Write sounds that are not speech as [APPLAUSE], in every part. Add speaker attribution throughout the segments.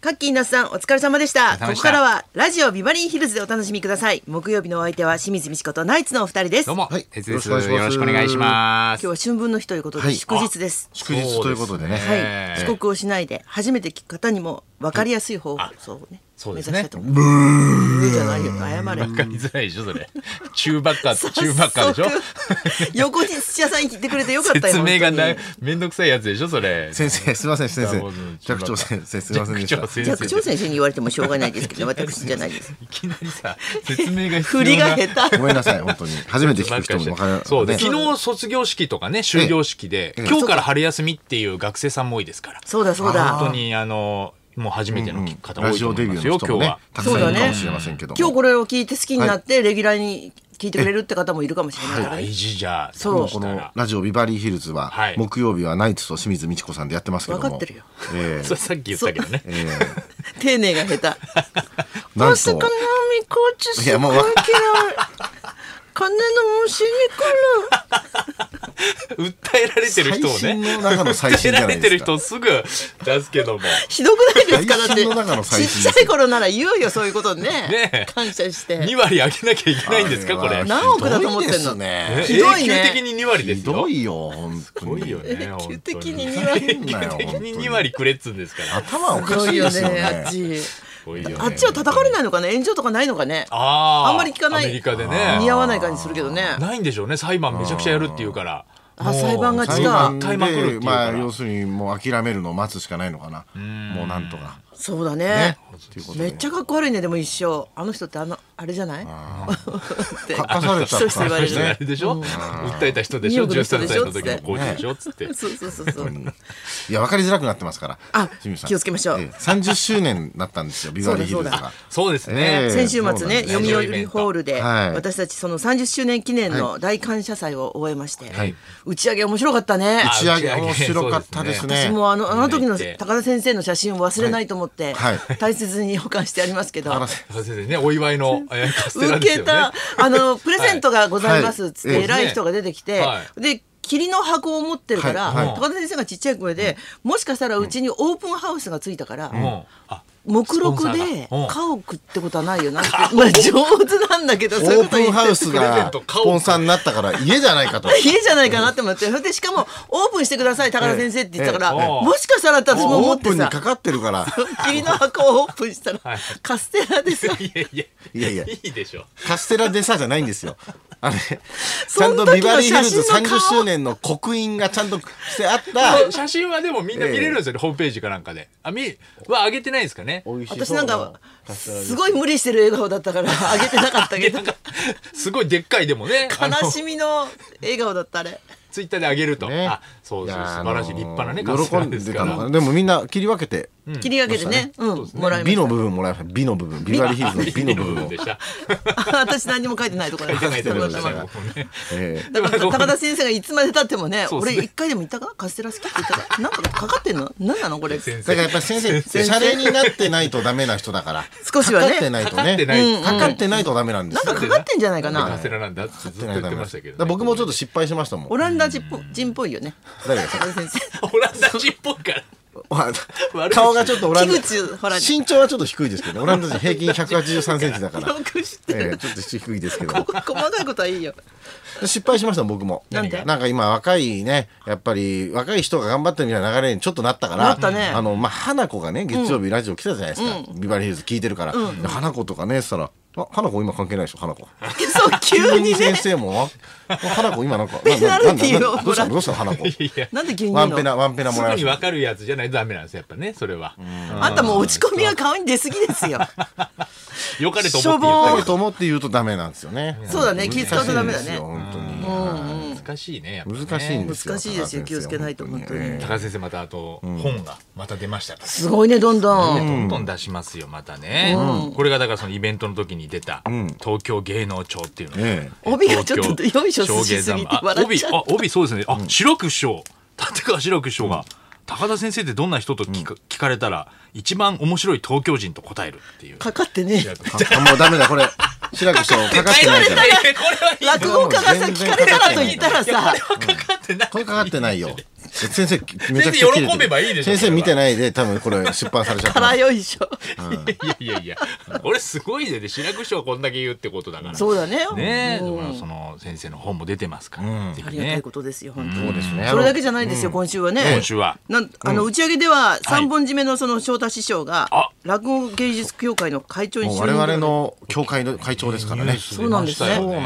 Speaker 1: カッキーなすさんお疲れ様でした
Speaker 2: お疲れ様
Speaker 1: こ
Speaker 2: で
Speaker 1: こ
Speaker 2: した
Speaker 1: からはラジオビバリーヒルズでお楽しみください木曜日のお相手は清水美智子とナイツのお二人です
Speaker 2: どうも、
Speaker 3: はい
Speaker 2: 鉄です。
Speaker 3: よ
Speaker 2: よ
Speaker 3: ろしくお
Speaker 2: ろしくお
Speaker 3: 願いします
Speaker 2: 願いしま
Speaker 1: 今
Speaker 2: す。
Speaker 1: 日は春分の日ということで、
Speaker 3: はい
Speaker 1: 祝日です
Speaker 3: 祝日ということでね。
Speaker 2: そ
Speaker 1: は
Speaker 2: うです
Speaker 1: い
Speaker 2: えー
Speaker 1: 遅刻をしないで初めて聞く方にも分かりやすい方法をね
Speaker 2: そう
Speaker 1: 目
Speaker 2: で
Speaker 1: 指し
Speaker 2: すね
Speaker 1: たいと思いますブーじゃないよ謝れ
Speaker 2: わかりづらいでしょ、それ。中ばっか、中ばっかでしょ。
Speaker 1: 早速横に土屋さん言ってくれてよかったよ
Speaker 2: 説明がな
Speaker 1: 本
Speaker 2: い、めんどくさいやつでしょ、それ。
Speaker 3: 先生、すみません、先
Speaker 2: いや
Speaker 3: 生
Speaker 2: もううん。
Speaker 3: 寂聴先生、すみませんでし
Speaker 1: 当
Speaker 2: 寂聴
Speaker 3: た。
Speaker 2: 先
Speaker 1: に
Speaker 2: 生
Speaker 1: 寂聴先生に言われてもしょうがないですけど
Speaker 2: [LAUGHS]
Speaker 1: 私じゃないです
Speaker 2: いきなりさ、説明が必要
Speaker 1: 振り
Speaker 2: な
Speaker 1: が。下
Speaker 2: [LAUGHS]
Speaker 1: 手
Speaker 3: ごめんなさい、本当に。初めて聞く人もわからない。
Speaker 2: そうで
Speaker 3: ね
Speaker 2: 昨日卒業式とかね終業式で、今日から春休みっていう学生さんも多いですから
Speaker 1: そうだそうだ
Speaker 2: 本当にあのもう初めての方
Speaker 3: ラ
Speaker 2: 多い
Speaker 3: ジ
Speaker 2: と
Speaker 3: オ
Speaker 2: 思い
Speaker 3: デビ
Speaker 2: ま
Speaker 3: ュ
Speaker 2: す
Speaker 3: ー
Speaker 2: よ、今
Speaker 3: の人も
Speaker 2: 日
Speaker 3: ね
Speaker 2: は、
Speaker 3: たく
Speaker 1: そう
Speaker 3: さ
Speaker 1: ん
Speaker 3: い
Speaker 1: だ
Speaker 3: るか
Speaker 1: ね
Speaker 3: もしれませんけども。
Speaker 1: 今日これを聞いて好きになってレギュラーに聞いてくれるって方もいるかもしれないからね
Speaker 2: 大事じゃ
Speaker 1: そう
Speaker 2: どし
Speaker 3: こ
Speaker 2: た
Speaker 3: の
Speaker 2: ら
Speaker 3: ラジオビバリーヒルズは
Speaker 2: はい
Speaker 3: 木曜日はナイツと清水美智子さんでやってますけども。
Speaker 1: わかってるよ
Speaker 3: え
Speaker 1: [LAUGHS]
Speaker 3: え
Speaker 2: それさっき言ったけどね
Speaker 1: 丁寧が下手
Speaker 3: なん
Speaker 1: 大阪の
Speaker 3: と
Speaker 1: みこっちす
Speaker 3: いや
Speaker 1: ご
Speaker 3: も
Speaker 1: いう嫌
Speaker 3: わ
Speaker 1: い金の虫に来る
Speaker 2: 訴えられてる人を
Speaker 3: 最新
Speaker 2: ね
Speaker 3: の中の最
Speaker 2: 訴え
Speaker 3: 新じゃ
Speaker 2: ら
Speaker 3: な
Speaker 2: れ
Speaker 3: い
Speaker 2: てる
Speaker 3: です
Speaker 2: 人
Speaker 3: か
Speaker 2: を。すぐ出すけども
Speaker 1: ひどくないですかだって
Speaker 3: 最新の中の最新
Speaker 1: ちっちゃい頃なら言うよそういうことね
Speaker 2: ねえ
Speaker 1: 感謝して
Speaker 2: 2割上げなきゃいけないんですかこれ
Speaker 3: あ
Speaker 1: な何億だと思ってんの
Speaker 3: ひどい
Speaker 2: え
Speaker 3: ですね
Speaker 1: ひどいね
Speaker 2: 永久的に2割で
Speaker 3: ひ
Speaker 2: すよ
Speaker 3: どいよ、本当
Speaker 2: すごいよ
Speaker 3: に。
Speaker 2: ね
Speaker 1: 永久的に
Speaker 2: 本
Speaker 1: 2割
Speaker 3: 変なよ
Speaker 2: 当に永久的
Speaker 3: 本当
Speaker 2: に
Speaker 3: に
Speaker 2: 2割くれっつうんですから
Speaker 3: 頭お
Speaker 1: ひ
Speaker 3: か
Speaker 1: ど
Speaker 3: し
Speaker 1: い
Speaker 3: い
Speaker 1: よ
Speaker 3: ですよ
Speaker 1: ね
Speaker 3: ね
Speaker 1: あっ。ち
Speaker 2: すごいよね
Speaker 1: あっちは叩かれないのかね炎上とかないのかね
Speaker 2: あー
Speaker 1: あんまり聞かない
Speaker 2: アメリカで
Speaker 1: 似
Speaker 2: ね
Speaker 1: 合わない感じするけどね
Speaker 2: ないんでしょうね裁判めちゃくちゃやるっていうから
Speaker 1: あ
Speaker 2: もう
Speaker 1: 裁判がち
Speaker 3: 裁
Speaker 1: が
Speaker 3: 判
Speaker 2: 訴えまくるってい
Speaker 3: で
Speaker 2: う、
Speaker 3: ま
Speaker 2: か
Speaker 3: あ、
Speaker 2: ら
Speaker 3: 要するにもう諦めるのを待つしかないのかな。もうなんとか。
Speaker 1: そうだ
Speaker 3: ね
Speaker 1: ね。
Speaker 3: ということ
Speaker 1: めっ
Speaker 3: で。
Speaker 1: ちゃかっこ悪いねでも一生あの人ってあのあれじゃないって
Speaker 3: かかされちゃった
Speaker 1: 人言わ
Speaker 2: あ
Speaker 1: れる
Speaker 2: の人
Speaker 1: ね
Speaker 2: あれでしょ訴えた人でし
Speaker 1: 二
Speaker 2: ょ
Speaker 1: 億の
Speaker 2: 13
Speaker 1: 人で
Speaker 2: 歳
Speaker 1: しょ
Speaker 2: の時のコーチでしょっつって
Speaker 1: そうそうそう
Speaker 3: [LAUGHS]
Speaker 1: そう
Speaker 3: いや、分かりづらくなってますから。
Speaker 1: あ
Speaker 3: 清水さん
Speaker 1: 気をつけましょう
Speaker 3: ええ30周年だったんですよ、ビバリーヒ
Speaker 1: そ
Speaker 3: ルズ
Speaker 1: うだ
Speaker 3: が。
Speaker 2: そうです
Speaker 3: え
Speaker 2: ね
Speaker 3: え
Speaker 1: 先週末ね、
Speaker 3: そうなんです
Speaker 2: よ
Speaker 1: 読売ホールで、
Speaker 3: はい
Speaker 1: 私たちその30周年記念の大感謝祭を終えまして、
Speaker 3: い
Speaker 1: 打ち上げ面白かったね。
Speaker 2: あ
Speaker 3: 打ち上げ
Speaker 2: 打ち上げ
Speaker 3: 面白かったですね。
Speaker 1: 私もあのあの時の
Speaker 2: みんな行って
Speaker 1: 高田先生の写真を忘れないと思って、
Speaker 3: はいは
Speaker 1: 大切に保管してありますけど、
Speaker 3: あ
Speaker 2: そうですねお祝いのえーカステラ
Speaker 1: 受
Speaker 2: です
Speaker 1: け
Speaker 2: よ
Speaker 1: た、
Speaker 2: ね
Speaker 1: あのプレゼントがございますっつって、
Speaker 3: はい
Speaker 1: 偉い人が出てきて、
Speaker 2: は
Speaker 1: で霧の箱を持ってるから、
Speaker 3: はい
Speaker 2: はい
Speaker 1: 高田先生がちっちゃい声で、もしかしたらうちにオープンハウスがついたから、
Speaker 2: うんあ
Speaker 1: 目録
Speaker 2: スポン
Speaker 1: で
Speaker 2: サーがうん
Speaker 1: 家屋ってことはないよなって、まあ、上手なんだけど
Speaker 3: オ
Speaker 1: そういう
Speaker 3: ー
Speaker 1: こと
Speaker 3: プ
Speaker 1: 言
Speaker 3: ン
Speaker 1: って
Speaker 3: ハウス
Speaker 2: プレゼン
Speaker 3: が
Speaker 2: ト
Speaker 3: ス
Speaker 2: 買おう
Speaker 3: ポンサーになったから家じゃないかと。
Speaker 1: 家じゃないかなって思ってそれでしかもオープンしてください高田先生って言ってたから、
Speaker 2: ええええ
Speaker 1: もしかしたらって [LAUGHS] 私も思
Speaker 3: オ
Speaker 1: っ
Speaker 3: ープ
Speaker 1: て
Speaker 3: ンに
Speaker 1: さ
Speaker 3: かかってるから。
Speaker 1: 霧の箱をオープンしたら、
Speaker 2: はい
Speaker 1: カステラで
Speaker 2: [LAUGHS]
Speaker 1: さ
Speaker 2: いやいや
Speaker 3: いやいや
Speaker 2: いいでしょ
Speaker 3: カステラでさじゃないんですよ。あれ、ち
Speaker 1: [LAUGHS] そ
Speaker 3: ゃ
Speaker 1: の時の
Speaker 3: んとビバリーヒルズ
Speaker 1: 写真の顔
Speaker 3: 30周年の刻印がちゃんとしてあった。
Speaker 2: 写真はでもみんな見れるんですよね、ホームページかなんかであみは上げてないんですかね
Speaker 1: 私なんかすごい無理してる笑顔だったからあげてなかったけど
Speaker 2: すごいでっかいでもね
Speaker 1: 悲しみの笑顔だったあれ
Speaker 2: ツイッターで上げると、
Speaker 3: ね
Speaker 2: あそうそう
Speaker 3: い
Speaker 2: 素
Speaker 3: や
Speaker 2: 晴らしい立派なね
Speaker 3: あの
Speaker 2: カステラ
Speaker 3: 喜ん
Speaker 2: です
Speaker 3: で
Speaker 2: か
Speaker 3: たのからな。でもみんな切り分けて、
Speaker 1: 切り上げてねうんもらいま
Speaker 3: 美
Speaker 1: し
Speaker 3: の部分もらいました。美の部分、ビバリーヒルズの美の部分を
Speaker 2: で。した
Speaker 1: た [LAUGHS] 私何にも書いてないところだ
Speaker 2: 書いてないところでした
Speaker 1: だ
Speaker 2: ね僕ね
Speaker 3: ええ
Speaker 1: から高田先生がいつまでたってもね
Speaker 2: そうです
Speaker 1: 俺
Speaker 2: ね
Speaker 1: 一回でも言ったかカステラ好きって言った
Speaker 2: [LAUGHS]
Speaker 1: かなんかかかってんの何なのこれ
Speaker 2: 先
Speaker 3: だから
Speaker 2: 生
Speaker 3: やっぱり先生、シャレになってないとダメな人だから。
Speaker 1: 少しはね
Speaker 3: かかってない
Speaker 2: か
Speaker 3: と
Speaker 2: かって
Speaker 3: ね。
Speaker 2: ない
Speaker 3: うんかかってないとダメなんで
Speaker 1: なん
Speaker 3: す
Speaker 1: か
Speaker 3: よ。
Speaker 1: かかってんじゃないか
Speaker 2: カ
Speaker 1: な
Speaker 2: ステラなんだってずっと言ってましたけ
Speaker 3: だ
Speaker 2: ど、
Speaker 3: から
Speaker 2: ね、
Speaker 3: 僕もちょっと失敗しましたもん
Speaker 1: オ。ランダ人っぽ人っぽいよね
Speaker 3: 誰が
Speaker 1: 高田先生
Speaker 2: [LAUGHS] オランダ人っぽいから悪い
Speaker 3: 顔がちょっとオランダ
Speaker 1: 木口ほら
Speaker 3: 身長はちょっと低いですけどねオランダ人平均183センチ
Speaker 1: [LAUGHS]
Speaker 3: だから
Speaker 1: よく知って
Speaker 3: え
Speaker 1: る
Speaker 3: えちょっと低いですけど
Speaker 1: ここ細かいことはいいよ
Speaker 3: 失敗しました僕も
Speaker 1: なんで
Speaker 3: なんか今若いねやっぱり若い人が頑張ってるみたいな流れにちょっとなったから
Speaker 1: なったね
Speaker 3: あのまあ花子がね月曜日ラジオ来たじゃないですか、ビバリーヒルズ聞いてるから、で花子とかねしたらあ花子今関係ないでしょ花子
Speaker 1: そう急にね
Speaker 3: 先生もあ花子今なんか
Speaker 1: ペナルティーを
Speaker 3: なななどうしたのどうしたの花子
Speaker 2: いや
Speaker 1: なんで急に
Speaker 3: ワ
Speaker 1: 言う
Speaker 3: ンペナ
Speaker 1: の
Speaker 3: ワンペナ
Speaker 2: す
Speaker 3: もら
Speaker 2: ぐ
Speaker 3: いまし
Speaker 2: に
Speaker 3: た
Speaker 2: 分かるやつじゃないとダメなんですよやっぱねそれは
Speaker 1: あんたもう落ち込みが顔に出すぎですよ
Speaker 2: 良かれと思って言
Speaker 3: 思
Speaker 2: っ
Speaker 3: うと思って言うとダメなんですよね。
Speaker 1: そうだね気使うとダメだね
Speaker 3: 難しいんですよ本当に
Speaker 2: たら難しいねやっぱね
Speaker 3: 難しいんですよ。
Speaker 1: 難しいですよ
Speaker 3: 高田先生
Speaker 1: 気をつけないと本当に
Speaker 3: ええ
Speaker 2: 高橋先生またあと、本がまた出ましたから
Speaker 1: すごいねどんどん
Speaker 2: どんどん出しますよまたね、これがだからそのイベントの時に出た東京芸能庁っていうのが、
Speaker 3: ええ
Speaker 1: 帯がちょっとよいしょしすぎて笑っちゃ
Speaker 2: あ帯あ帯そうですねあ白く師匠立川白く師匠が、高田先生ってどんな人と聞か,、聞かれたら一番面白い東京人と答えるっていう
Speaker 1: うかかってね
Speaker 3: あもうダメだこれ。白くしてもかかってないから。
Speaker 2: これはいい
Speaker 1: 落語家がさ聞かれたらと言ったらさ
Speaker 2: かかってない
Speaker 3: これかかってないよ。先生、めちゃ
Speaker 2: 先
Speaker 3: くちゃ
Speaker 2: 生
Speaker 3: 切れてる
Speaker 2: 喜べばいいでしょ
Speaker 3: 先生見て
Speaker 2: な
Speaker 3: ないで、多分これ出版されちゃっ
Speaker 1: か
Speaker 3: た。
Speaker 1: らよいしょ。
Speaker 2: いいやいやいや俺すごいねで志らく師匠はこんだけ言うってことだから
Speaker 1: そうだね。
Speaker 2: ねえ
Speaker 1: う
Speaker 2: だ
Speaker 1: ん
Speaker 2: からその先生の本も出てますから、ぜ
Speaker 1: あ
Speaker 2: ひ
Speaker 1: りがた
Speaker 2: ね
Speaker 1: いことですよ、本当
Speaker 3: そうですね。
Speaker 1: それだけじゃないですよ、今週はね。
Speaker 2: 今週は
Speaker 1: なんあの打ち上げでは三本締めのその翔太師匠が
Speaker 2: あ
Speaker 1: 落語芸術協会の会長に
Speaker 3: もう
Speaker 1: 就
Speaker 3: 我
Speaker 1: 任
Speaker 2: [LAUGHS]
Speaker 3: 々の協会の会長ですからね。
Speaker 1: そうなんですね
Speaker 2: 出ましたよ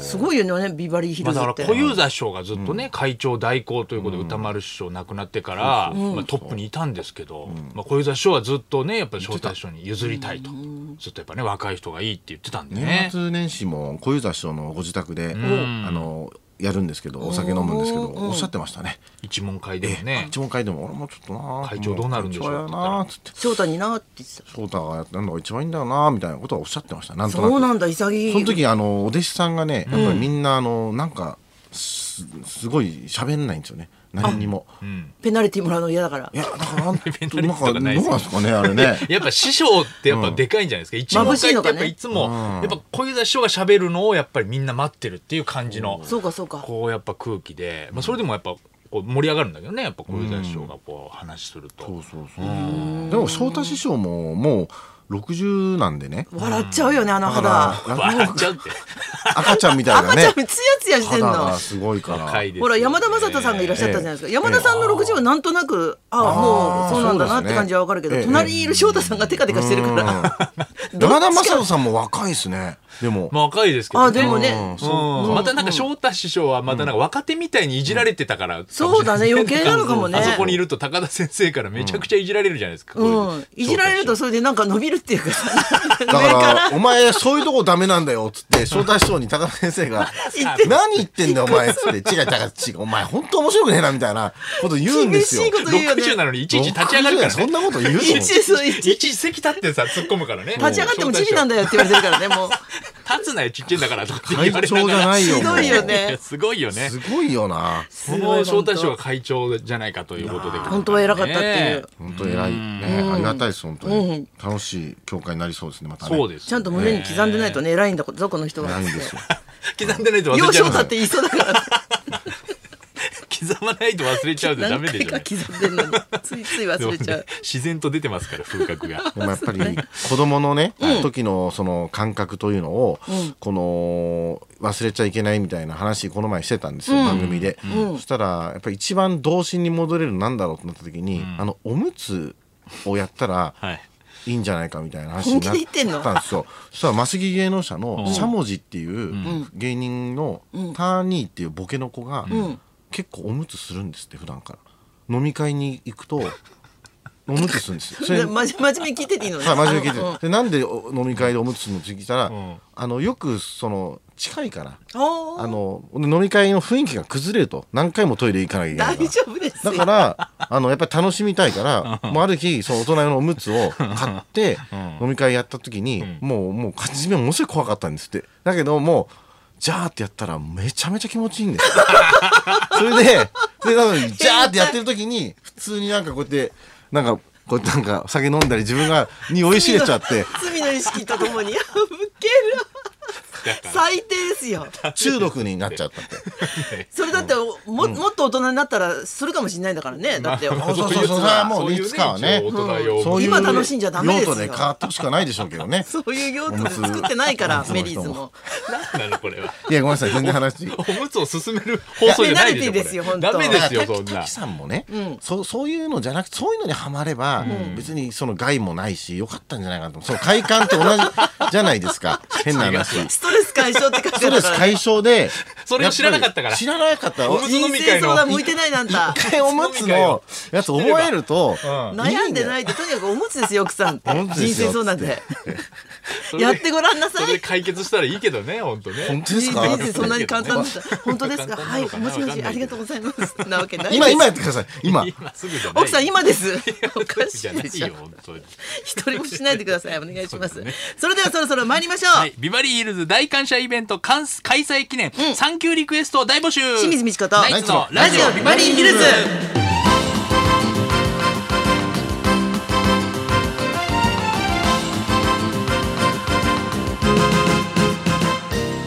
Speaker 1: すごいよねビバリーヒ
Speaker 2: ま
Speaker 1: ル
Speaker 2: あ、
Speaker 1: ズ
Speaker 2: だか
Speaker 1: っ
Speaker 2: ら
Speaker 1: て、
Speaker 2: 小遊三師匠がずっとね、会長代行ということで歌丸師匠亡くなってから、まあ、トップにいたんですけど、まあ、小遊三師匠はずっとねやっぱり昇太師匠に譲りたいとずっとやっぱね若い人がいいって言ってたんで
Speaker 3: 年
Speaker 2: ね。
Speaker 3: 末年始も小遊三師匠のご自宅で、あの、やるんですけど、お酒飲むんですけど、おっしゃってましたね。
Speaker 2: 一問会でもね
Speaker 3: 一問会でも、俺もちょっとな
Speaker 2: 会長どうなるんでしょう
Speaker 3: 会長やなつって。
Speaker 1: 翔太になって言ってた
Speaker 3: 翔太がやったのが一番いいんだよなみたいなことはおっしゃってました。なんとなく。
Speaker 1: そうなんだ潔い
Speaker 3: その時あのお弟子さんがねやっぱりみんなあのなんかすすごい喋んないんですよね何にも。
Speaker 1: ペナルティもらうの嫌だから
Speaker 3: いやだからなん
Speaker 2: ペナルティ
Speaker 3: なん
Speaker 2: とか
Speaker 3: かどう
Speaker 2: な
Speaker 3: ない
Speaker 2: で
Speaker 3: んです
Speaker 2: よ
Speaker 3: すかねあれね。
Speaker 2: やっぱ師匠ってやっぱでかいんじゃないですか、一問
Speaker 1: 眩しい
Speaker 2: 会っ
Speaker 1: の
Speaker 2: てや
Speaker 1: かね
Speaker 2: っぱいつも、やっぱ小遊三師匠が喋るのをやっぱりみんな待ってるっていう感じの、
Speaker 1: そうかそうか
Speaker 2: こうやっぱ空気で、まあ、それでもやっぱこう盛り上がるんだけどねやっぱ小遊三師匠がこう話すると、
Speaker 3: そうそうそう。でも翔太師匠ももう60なんでね。
Speaker 1: 笑っちゃうよねあの
Speaker 3: だか
Speaker 1: 肌
Speaker 3: ら
Speaker 2: 笑
Speaker 3: 落
Speaker 2: っ
Speaker 3: 語
Speaker 2: ちゃうって
Speaker 3: 赤ちゃんみたいな
Speaker 1: 赤ちゃん
Speaker 3: ね
Speaker 1: ツ。ヤツヤしてん
Speaker 3: 肌
Speaker 1: の
Speaker 3: がすごいから。
Speaker 2: 若いですよね
Speaker 1: ほら山田雅人さんがいらっしゃったじゃないですか、山田さんの60はなんとなくああ
Speaker 3: あー
Speaker 1: もうそうなんだ
Speaker 3: そ
Speaker 1: な
Speaker 3: う
Speaker 1: っ
Speaker 3: で
Speaker 1: て
Speaker 3: すね
Speaker 1: 感じはわかるけど、
Speaker 3: ええ
Speaker 1: 隣にいる翔太さんがテカテカしてるから、どっちか
Speaker 3: 山田正人さんも若いですね。でも。
Speaker 2: まあ若いですけど、
Speaker 1: あでもね
Speaker 2: うんまたなんか翔太師匠はまたなんか若手みたいにいじられてたから、
Speaker 1: そうだね余計なのかもね
Speaker 2: あそこにいると高田先生からめちゃくちゃいじられるじゃないですか、
Speaker 1: うん、いじられるとそれでなんか伸びるっていうか上
Speaker 3: だ
Speaker 1: か
Speaker 3: からら、お前、そういうとこダメなんだよ、つって、翔太師匠に高田先生が、何言ってんだよ、お前、つって、違う、違う、違う、お前、本当面白くねえな、みたいなこと言うんですよ。
Speaker 1: 厳しいこと言うよね
Speaker 2: 60なのにいちいち立ち上がるから
Speaker 3: そ
Speaker 2: ね
Speaker 3: んなこと言うの
Speaker 1: 一そう
Speaker 2: い
Speaker 1: 一
Speaker 2: ちいち席立ってさ突っ込むからね
Speaker 1: [LAUGHS] 立ち上がってもチビなん
Speaker 2: だ
Speaker 1: だよって言われてるからねもう
Speaker 2: 立つなよちっちゃいんだからとかって言
Speaker 3: 会
Speaker 2: われなが
Speaker 3: 長じ
Speaker 2: ら
Speaker 3: ゃないよ。
Speaker 1: ひどいよね
Speaker 2: いやすごいよね
Speaker 3: すごいよな。
Speaker 2: この招待賞が会長じゃないかということで、
Speaker 1: 本当は偉かったっていう、
Speaker 2: ね
Speaker 3: 本当偉い。ね、ありがたいです、本当に。楽しい協会になりそうですね、またね。
Speaker 2: そうです、
Speaker 1: ちゃんと胸に刻んでないとね偉いんだぞこの人が
Speaker 3: 偉いん [LAUGHS] ですよ。
Speaker 2: 刻んでないと忘
Speaker 1: よ
Speaker 2: れ
Speaker 1: う
Speaker 2: ちゃ
Speaker 1: 翔
Speaker 2: う
Speaker 1: 太って言いそうだから
Speaker 2: 刻まないと忘れちゃうでダ
Speaker 1: 何
Speaker 2: メで
Speaker 1: 回
Speaker 2: しょ
Speaker 1: か刻んでるのについつい忘れちゃう
Speaker 2: 自然と出てますから風格が
Speaker 3: でもやっぱり子供のね、時のその感覚というのを、この忘れちゃいけないみたいな話この前してたんですよ、番組で、そしたらやっぱり一番童心に戻れるなんだろうってなった時に、あのおむつをやった [LAUGHS] ら
Speaker 2: はい
Speaker 3: いいんじゃないかみたいな話
Speaker 1: 本
Speaker 3: にな
Speaker 1: 気で言ってんの
Speaker 3: ったんですよそしたらマスギ芸能者のしゃもじっていう芸人のターニーっていうボケの子が、結構おむつするんですって普段から飲み会に行 [LAUGHS] くとおむつするんですよそれ
Speaker 1: [LAUGHS] でまじ真面目に聞いてていいのね
Speaker 3: はい、真面目に聞いて
Speaker 1: あのうん
Speaker 3: る。で、なんでお飲み会でおむつするのって聞いたら、
Speaker 2: ん
Speaker 3: あの、よく、その、近いから、
Speaker 1: おー
Speaker 3: あの、飲み会の雰囲気が崩れると、何回もトイレ行かなきゃいけない
Speaker 1: 大
Speaker 3: から。
Speaker 1: 丈夫です
Speaker 3: だ
Speaker 1: よ
Speaker 3: から、あの、やっぱり楽しみたいから、もうある日、その大人用のおむつを買って、飲み会やった時に、もう、もう、勝ちめものすごい怖かったんですって。だけど、もう、じゃーってやったら、めちゃめちゃ気持ちいいんです [LAUGHS] よそれで、それなのに、じゃーってやってる時に、普通になんかこうやって、なんか、こうやってなんか、酒飲んだり、自分が、に酔いしれちゃって、
Speaker 1: 罪の意識とともにあぶける最低ですよ
Speaker 3: 中毒になっちゃったって。
Speaker 1: それだっておももっと大人になったらするかもしれないんだからねだって
Speaker 3: あそうそうそうそれはもういつかはね
Speaker 2: 大人用
Speaker 3: そういう
Speaker 1: 今楽しんじゃダメですよ
Speaker 3: 用途で変わってほしくはないでしょうけどね。
Speaker 1: そういう用途で作ってないからメリーズも
Speaker 2: なのこれはい
Speaker 3: や、ごめんなさい、全然話。
Speaker 2: おむつを勧める放送じゃないでしょ
Speaker 1: ペナルティですよ
Speaker 2: これ
Speaker 1: 本当
Speaker 2: ダメ
Speaker 3: だ
Speaker 2: で
Speaker 3: か
Speaker 2: すよ
Speaker 3: ら
Speaker 2: そん
Speaker 3: 滝
Speaker 2: な
Speaker 3: 滝さんもね、そうそういうのじゃなくてそういうのにはまれば、別にその害もないしよかったんじゃないかなとその快感と同 [LAUGHS] じじゃないですか変な話
Speaker 2: 違う
Speaker 3: ス
Speaker 1: ストレス解消って書いて
Speaker 3: ト
Speaker 1: あるか
Speaker 3: レス
Speaker 1: ら
Speaker 3: 解消で
Speaker 2: [LAUGHS] それを知らなかったから
Speaker 3: やっぱり知らなかった
Speaker 2: おむつ飲
Speaker 1: 人
Speaker 2: み
Speaker 1: 生
Speaker 2: 会
Speaker 1: 相談
Speaker 2: の
Speaker 1: 向いてないなんだ
Speaker 3: 一回おむつのやつ覚えると
Speaker 1: 悩んでないいでとにかくおむつですよ奥さんって
Speaker 3: おむつで
Speaker 1: 人
Speaker 3: すよ
Speaker 1: 生相談で
Speaker 2: それ
Speaker 1: や
Speaker 2: で
Speaker 1: ってごらんなさ
Speaker 2: それで
Speaker 1: い
Speaker 2: 解決したらいいけどね本当ね
Speaker 3: 本当です
Speaker 1: 人
Speaker 3: か
Speaker 1: 生そんなに簡単だった本当ですかは
Speaker 2: 簡単ないのかな
Speaker 1: もしも
Speaker 2: わか
Speaker 1: し
Speaker 2: んないけど
Speaker 1: ありがとうございますなわけない
Speaker 3: 今今や
Speaker 1: で
Speaker 3: っ
Speaker 1: す
Speaker 3: てください今
Speaker 2: 今すぐじゃない
Speaker 1: 奥さん今ですおかし
Speaker 2: じゃ
Speaker 1: い
Speaker 2: な
Speaker 1: で
Speaker 2: い
Speaker 1: しょ
Speaker 2: よ本当に
Speaker 1: 一人もしないでくださいお願いします
Speaker 2: そうだね
Speaker 1: それではそろそろ参りましょ
Speaker 2: は
Speaker 1: う
Speaker 2: い、ビバリーヒルズ大感謝イベント完開催記念、サンキューリクエストを大募集
Speaker 1: 清水美智子と
Speaker 2: ナイツのラジオビバリーヒルズ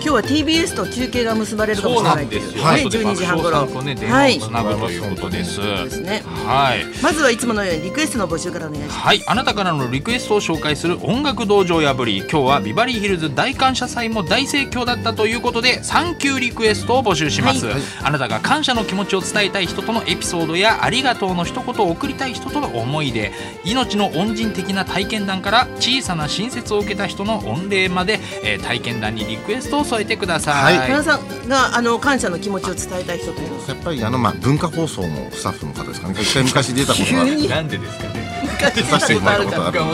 Speaker 1: 今日はは TBS と中継が結ばれるかも
Speaker 2: そ
Speaker 1: し
Speaker 2: う
Speaker 1: れ
Speaker 2: な
Speaker 1: ない
Speaker 2: ん
Speaker 1: と
Speaker 2: で
Speaker 1: いう
Speaker 2: す
Speaker 1: ね
Speaker 2: よ。後で
Speaker 1: 12時半
Speaker 2: 爆
Speaker 1: 頃
Speaker 2: 笑さんとね電話をつな
Speaker 3: は
Speaker 2: ぐ
Speaker 3: い
Speaker 2: ということです。
Speaker 1: そうですね
Speaker 2: はい。
Speaker 1: まずはいつものようにリクエストの募集からお願いします
Speaker 2: はい、あなたからのリクエストを紹介する音楽道場破り今日はビバリーヒルズ大感謝祭も大盛況だったということでサンキューリクエストを募集します、あなたが感謝の気持ちを伝えたい人とのエピソードやありがとうの一言を送りたい人との思い出命の恩人的な体験談から小さな親切を受けた人の御礼まで、えー体験談にリクエストを添えてください、
Speaker 3: は
Speaker 1: 皆さんがあの感謝の気持ちを伝えたい人というのは
Speaker 3: やっぱりあのまあ文化放送のスタッフの方ですかね一回昔出たことがあ
Speaker 1: 急
Speaker 3: る
Speaker 1: に
Speaker 2: なんでですかね
Speaker 1: 昔
Speaker 3: させて
Speaker 1: 聞い
Speaker 3: も
Speaker 1: た
Speaker 3: らっ
Speaker 1: こ
Speaker 3: たことと
Speaker 1: あ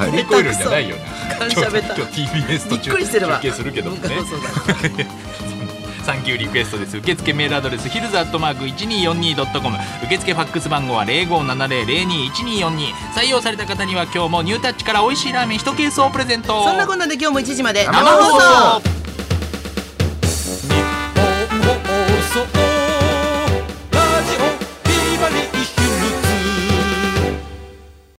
Speaker 3: あ
Speaker 1: るか
Speaker 2: [LAUGHS]
Speaker 3: るので、はい、
Speaker 2: リコイルじゃないよな
Speaker 1: 感謝ベタ
Speaker 2: 今日今日 TBS
Speaker 1: び
Speaker 2: と
Speaker 1: っくりしてるわ
Speaker 2: 中継するけども
Speaker 1: 文化
Speaker 2: ね
Speaker 1: 放送だ
Speaker 2: サンキューリクエストです受付メールアドレスヒルズアットマーク 1242.com 受付ファックス番号は0570021242採用された方には今日もニュータッチから美味しいラーメン1ケースをプレゼント
Speaker 1: そんなこんなで今日も1時まで
Speaker 2: 生放送